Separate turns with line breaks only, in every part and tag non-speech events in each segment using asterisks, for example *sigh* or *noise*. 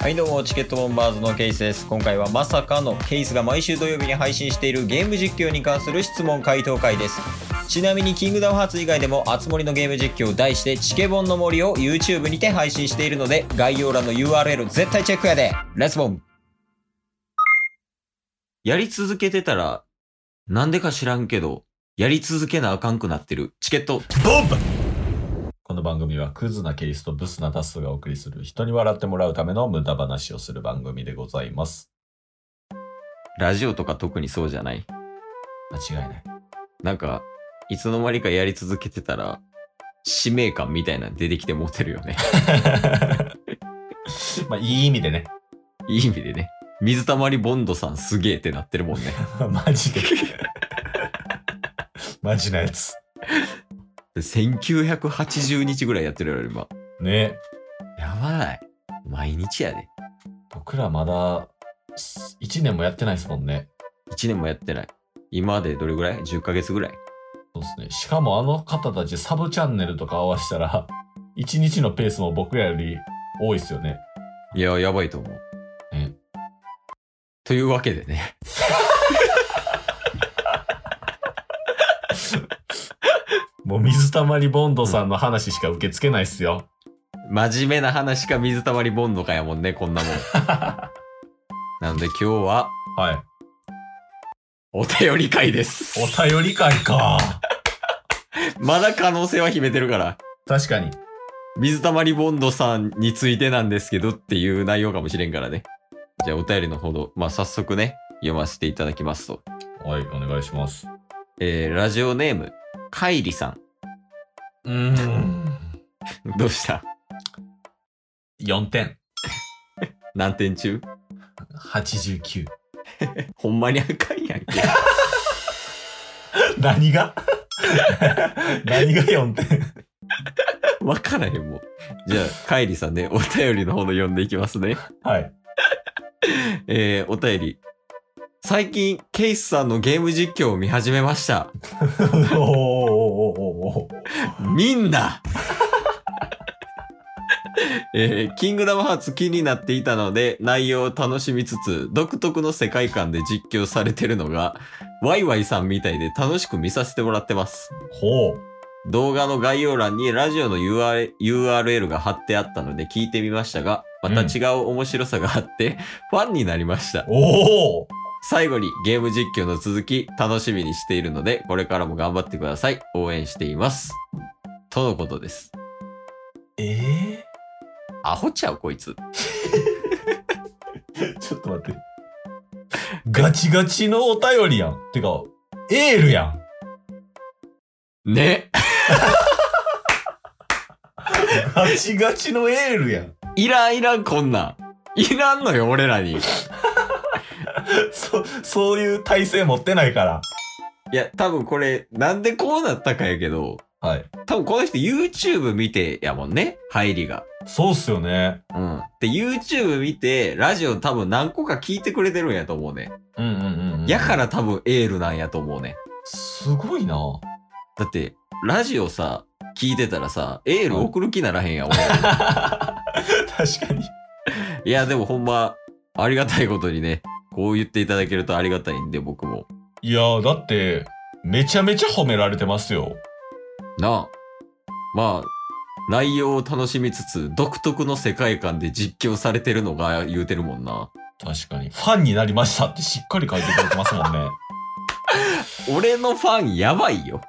はいどうもチケットボンバーズのケイスです今回はまさかのケイスが毎週土曜日に配信しているゲーム実況に関する質問回答会ですちなみにキングダムハーツ以外でも熱盛のゲーム実況題してチケボンの森を YouTube にて配信しているので概要欄の URL 絶対チェックやでレッツボンやり続けてたらなんでか知らんけどやり続けなあかんくなってるチケットボンバ
この番組はクズなケースとブスなタスがお送りする人に笑ってもらうための無駄話をする番組でございます。
ラジオとか特にそうじゃない
*laughs* 間違いない。
なんか、いつの間にかやり続けてたら、使命感みたいなの出てきてモテるよね。
*laughs*
*laughs*
まあいい意味でね。 *laughs*
いい意味でね。水溜りボンドさんすげえってなってるもんね。 *laughs*
マジで。 *laughs* マジなやつ。
1980日ぐらいやってるよ、今。
ね。
やばない。毎日やで。
僕らまだ1年もやってないですもんね。
1年もやってない。今までどれぐらい ?10 ヶ月ぐらい。
そうですね。しかもあの方たちサブチャンネルとか合わせたら、1日 *laughs* のペースも僕らより多いっすよね。
いや、やばいと思う。
え
というわけでね。
もう水溜りボンドさんの話しか受け付けないっすよ。
真面目な話か水溜りボンドかやもんね、こんなもん。
*laughs*
なので今日は、
はい。
お便り会です。
お便り会か。
まだ可能性は秘めてるから。
確かに。
水溜りボンドさんについてなんですけどっていう内容かもしれんからね。じゃあお便りのほど、まあ、早速ね、読ませていただきますと。
はい、お願いします。
えー、ラジオネーム、カイリさ
うーん。
ん。どうした
4点。
何点中
89。
ほんまに赤いやんけ。
*laughs*
*laughs*
何が *laughs* 何が4点
わからへんもん。じゃあ、カイリさんね、お便りのほど読んでいきますね。
はい。
えー、お便り。最近、ケイスさんのゲーム実況を見始めました。
*laughs* おーおーおーおーおー
みんな *laughs* えーキングダムハーツ気になっていたので内容を楽しみつつ独特の世界観で実況されてるのがワイワイさんみたいで楽しく見させてもらってます
ほう。
動画の概要欄にラジオの UR URL が貼ってあったので聞いてみましたがまた違う面白さがあって、 *laughs* ファンになりました
おお
最後にゲーム実況の続き楽しみにしているので、これからも頑張ってください。応援しています。とのことです。
え
アホちゃうこいつ。
ー、ちょっと待って。ガチガチのお便りやん。てか、エール *laughs* やん。
ね。
ガチガチのエールやん。
いらんいらんこんなん。いらんのよ俺らに。い
そ、そういう体勢持ってないから。
や、多分これ、なんでこうなったかやけど、
はい。
多分この人 YouTube 見てやもんね。入りが。
そうっすよね。
うん。で、YouTube 見て、ラジオ多分何個か聞いてくれてるんやと思うね。
うんうんうん、うん。
やから多分エールなんやと思うね。
すごいな。
だって、ラジオさ、聞いてたらさ、エール送る気ならへんやん、俺。*laughs*
*laughs* 確かに。
いや、でもほんま、ありがたいことにね、こう言っていただけるとありがたいんで、僕も。
いやー、だって、めちゃめちゃ褒められてますよ。
なあ。まあ、内容を楽しみつつ、独特の世界観で実況されてるのが言うてるもんな。
確かに。ファンになりましたってしっかり書いてくれてますもん
*laughs*
ね。
俺のファンやばいよ。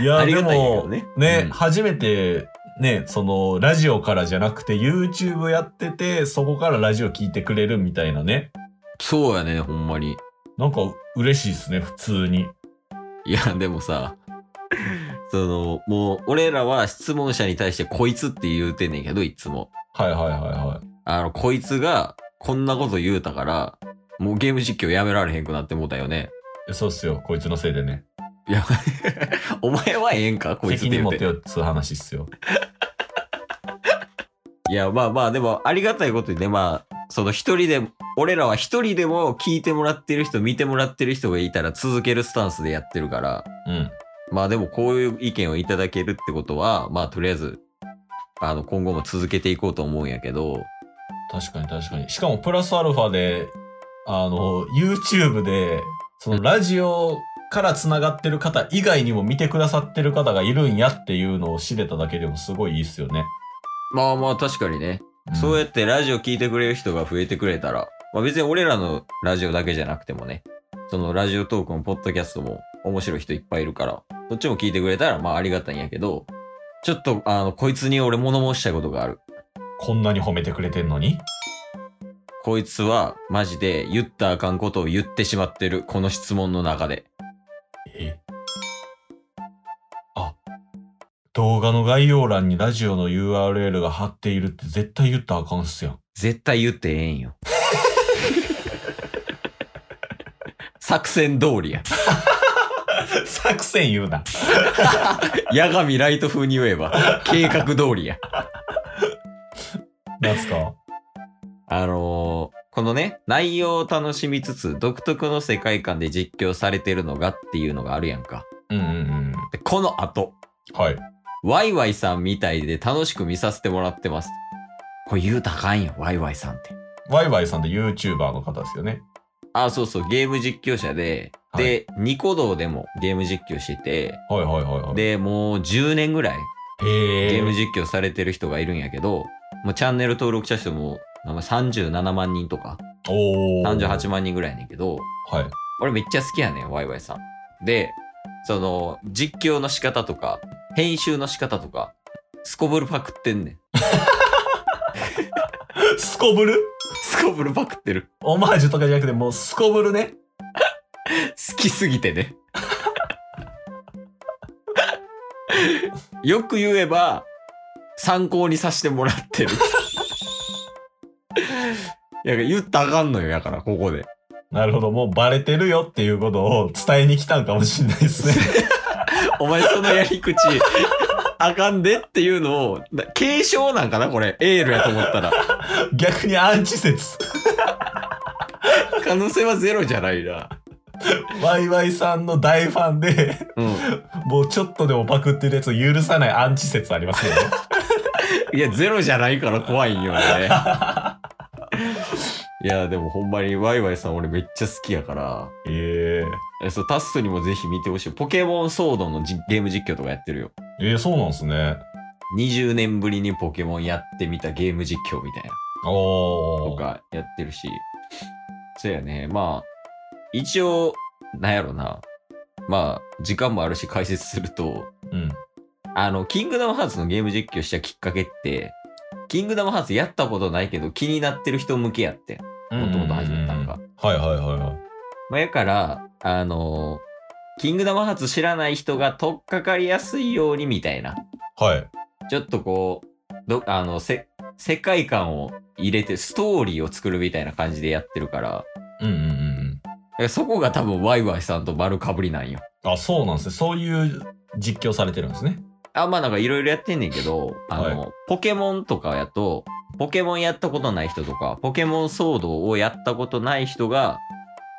いや
あ
ー、
り
で
がたいんやけ
も
ど、ね。
ね、
うん
初めて、ね、その、ラジオからじゃなくて、YouTube やってて、そこからラジオ聞いてくれるみたいなね。
そうやね、ほんまに。
なんか、嬉しいですね、普通に。
いや、でもさ、その、もう、俺らは質問者に対してこいつって言うてんねんけど、いつも。
はいはいはいはい。
あの、こいつが、こんなこと言うたから、もうゲーム実況やめられへんくなってもうたよね。
えそうっすよ、こいつのせいでね。
いや、お前はええんかこいつって
責任
言う
持
て
て。よっつう話っすよ。
いや、まあまあ、でも、ありがたいことにね、まあ、その一人で、俺らは一人でも聞いてもらってる人、見てもらってる人がいたら続けるスタンスでやってるから、
うん。
まあでもこういう意見をいただけるってことは、まあとりあえず、あの、今後も続けていこうと思うんやけど、
確かに確かに。しかもプラスアルファで、あの、YouTube で、そのラジオから繋がってる方以外にも見てくださってる方がいるんやっていうのを知れただけでもすごいいいっすよね。
まあまあ確かにね、そうやってラジオ聞いてくれる人が増えてくれたら、まあ別に俺らのラジオだけじゃなくてもね、そのラジオトークもポッドキャストも面白い人いっぱいいるから、そっちも聞いてくれたらまあありがたいんやけど、ちょっとあの、こいつに俺物申したいことがある。
こんなに褒めてくれてんのに
こいつはマジで言ったらあかんことを言ってしまってる、この質問の中で。
えあ、動画の概要欄にラジオの URL が貼っているって絶対言ったらあかんっすやん。
絶対言ってええんよ。 *laughs* 作戦通りや。
*laughs* 作戦言うな。
八神ライト風に言えば、計画通りや。
なんすか
あのーこのね、内容を楽しみつつ、独特の世界観で実況されてるのがっていうのがあるやんか。
*laughs* うんうんうん。
で、この後、
はい。
ワイワイさんみたいで楽しく見させてもらってます。これ言うたらあかんよ、ワイワイさんって。
ワイワイさんで YouTuber の方ですよね。
あ、そうそう、ゲーム実況者で、で、ニコ動でもゲーム実況してて、
はいはいはいはい。
で、もう10年ぐらい
へ
ゲ
え。
ーム実況されてる人がいるんやけど、もうチャンネル登録者数もなんか37万人とか、
おー。
38万人ぐらいやねんけど、
はい。
俺めっちゃ好きやねん、ワイワイさん。で、その、実況の仕方とか、編集の仕方とか、すこぶるパクってんねん。
すこぶる
すこぶるパクってる。
オマージュとかじゃなくて、もうすこぶるね。
好きすぎてね。よく言えば、参考にさせてもらってる。いや、言ったらあかんのよ、やから、ここで。
なるほど、もうバレてるよっていうことを伝えに来たんかもしんないで
*laughs*
すね。
お前そのやり口、あかんでっていうのを、な継承なんかなこれ。エールやと思ったら。
逆にアンチ説。
可能性はゼロじゃないな。
ワイワイさんの大ファンで、
うん。
もうちょっとでもパクってるやつを許さないアンチ説あり
*laughs*
ますよね。
いや、ゼロじゃないから怖いんよね。 *laughs* いや、でもほんまにワイワイさん俺めっちゃ好きやから。
え
えそう、タッスにもぜひ見てほしい。ポケモンソードのじゲーム実況とかやってるよ。
ええー、そうなんですね。
20年ぶりにポケモンやってみたゲーム実況みたいな。と
おー。
かやってるし。そうやね。まあ、一応、なんやろな。まあ、時間もあるし解説すると、
うん。
あの、キングダムハーツのゲーム実況したきっかけって、キングダムハーツやったことないけど気になってる人向けやって。もともと始めたのが。
はいはいはいはい。
まあ、やから、あのキングダムハーツ知らない人が取っかかりやすいようにみたいな。
はい。
ちょっとこう、ど、あの、せ、世界観を入れて、ストーリーを作るみたいな感じでやってるから、
うんうんうん
えそこが多分ワイワイさんと丸かぶりなんよ。
うん。あ、そうなんですね。そういう実況されてるんですね。
あ、まあなんかいろいろやってんねんけど、あの、ポケモンとかやと、ポケモンやったことない人とか、ポケモンソードをやったことない人が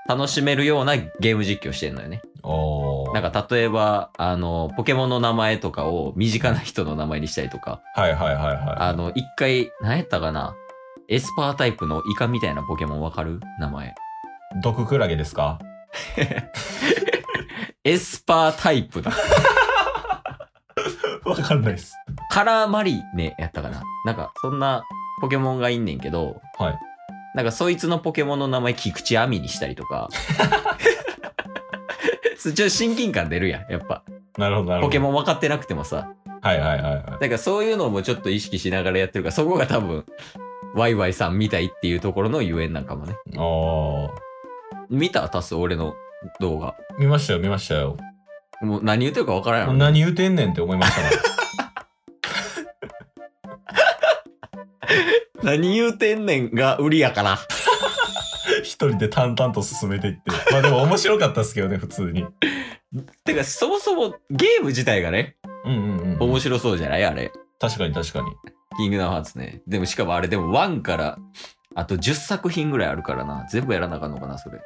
楽しめるようなゲーム実況してんのよね。
おー。
なんか例えば、あの、ポケモンの名前とかを身近な人の名前にしたりとか、
はいはいはいは
あの、一回、何やったかなエスパータイプのイカみたいなポケモンわかる名前。
い。毒クラゲですか
エスパータイプだ。
*laughs* わかんないです。
カラーマリネやったかななんか、そんなポケモンがいんねんけど、
はい。
なんかそいつのポケモンの名前菊池亜美にしたりと
*laughs*
か。ちょっと親近感出るやん、やっぱ。
なるほどなるほど。
ポケ
ン。
モン分かってなくてもさ。
はいはいはいはい。
なんかそういうのもちょっと意識しながらやってるから、そこが多分、ワイワイさんみたいっていうところのゆえんなんかもね。
あ
見たタス、俺の動画。
あ、見ましたよ、見ましたよ。
もう何言ってるか分からんやろ。
何言うてんねんって思いましたね。
何言うてんねんが売りやから。
*laughs* 一人で淡々と進めていって。まあでも面白かったですけどね、普通に。
てか、そもそもゲーム自体がね、
うんうんうん。
面白そうじゃないあれ。
確かに確かに。
キングダムハーツね。でもしかもあれでも1から、あと10作品ぐらいあるからな。全部やらなあかんのかな、それ。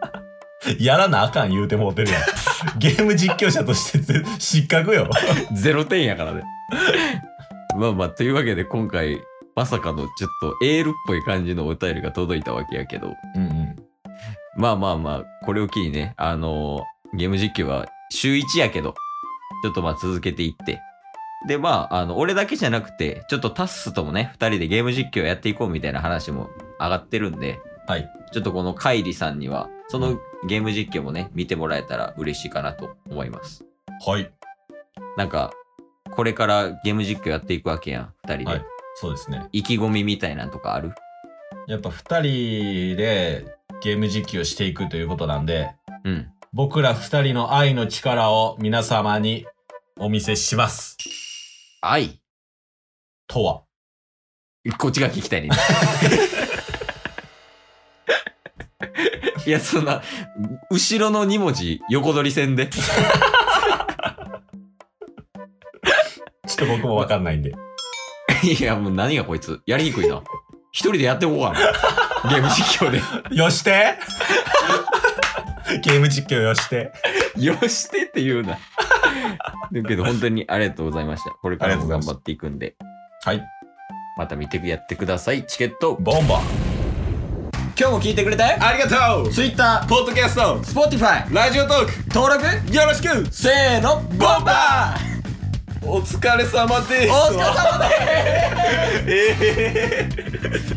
*laughs*
やらなあかん言うてもうてるや *laughs* ん。ゲーム実況者としてぜ失格よ。
ゼロ点やからね。 *laughs* まあまあ、というわけで今回、まさかのちょっとエールっぽい感じのお便りが届いたわけやけど、
うんうん。
まあまあまあ、これを機にね、あのーゲーム実況は週1やけど、ちょっとまあ続けていって、でまあ、あの、俺だけじゃなくて、ちょっとタッスともね、二人でゲーム実況やっていこうみたいな話も上がってるんで、
はい。
ちょっとこのカイリさんには、そのゲーム実況もね、見てもらえたら嬉しいかなと思います。
はい。
なんか、これからゲーム実況やっていくわけやん、二人で。
はいそうですね。
意気込みみたいなんとかある
やっぱ二人でゲーム実況していくということなんで、
うん。
僕ら二人の愛の力を皆様にお見せします。
愛
とは。
こっちが聞きたいね。いや、そんな、後ろの2文字、横取り線で。
ちょっと僕もわかんないんで。
*laughs*
*laughs*
いや、もう何がこいつ。やりにくいな。一人でやっておこうかな。ゲーム実況で。
よしてゲーム実況よして。
よしてって言うな。だけど、本当にありがとうございました。これからも頑張っていくんで、
はい。
また見てやってください。チケット、
ボンバー。
今日も聞いてくれてありがとう Twitter、
ポッドキャスト
Spotify、
ラジオトーク
登録
よろしく
せーの、ボンバ
*laughs*
ー
お疲れ様です
お疲れ様です
ええ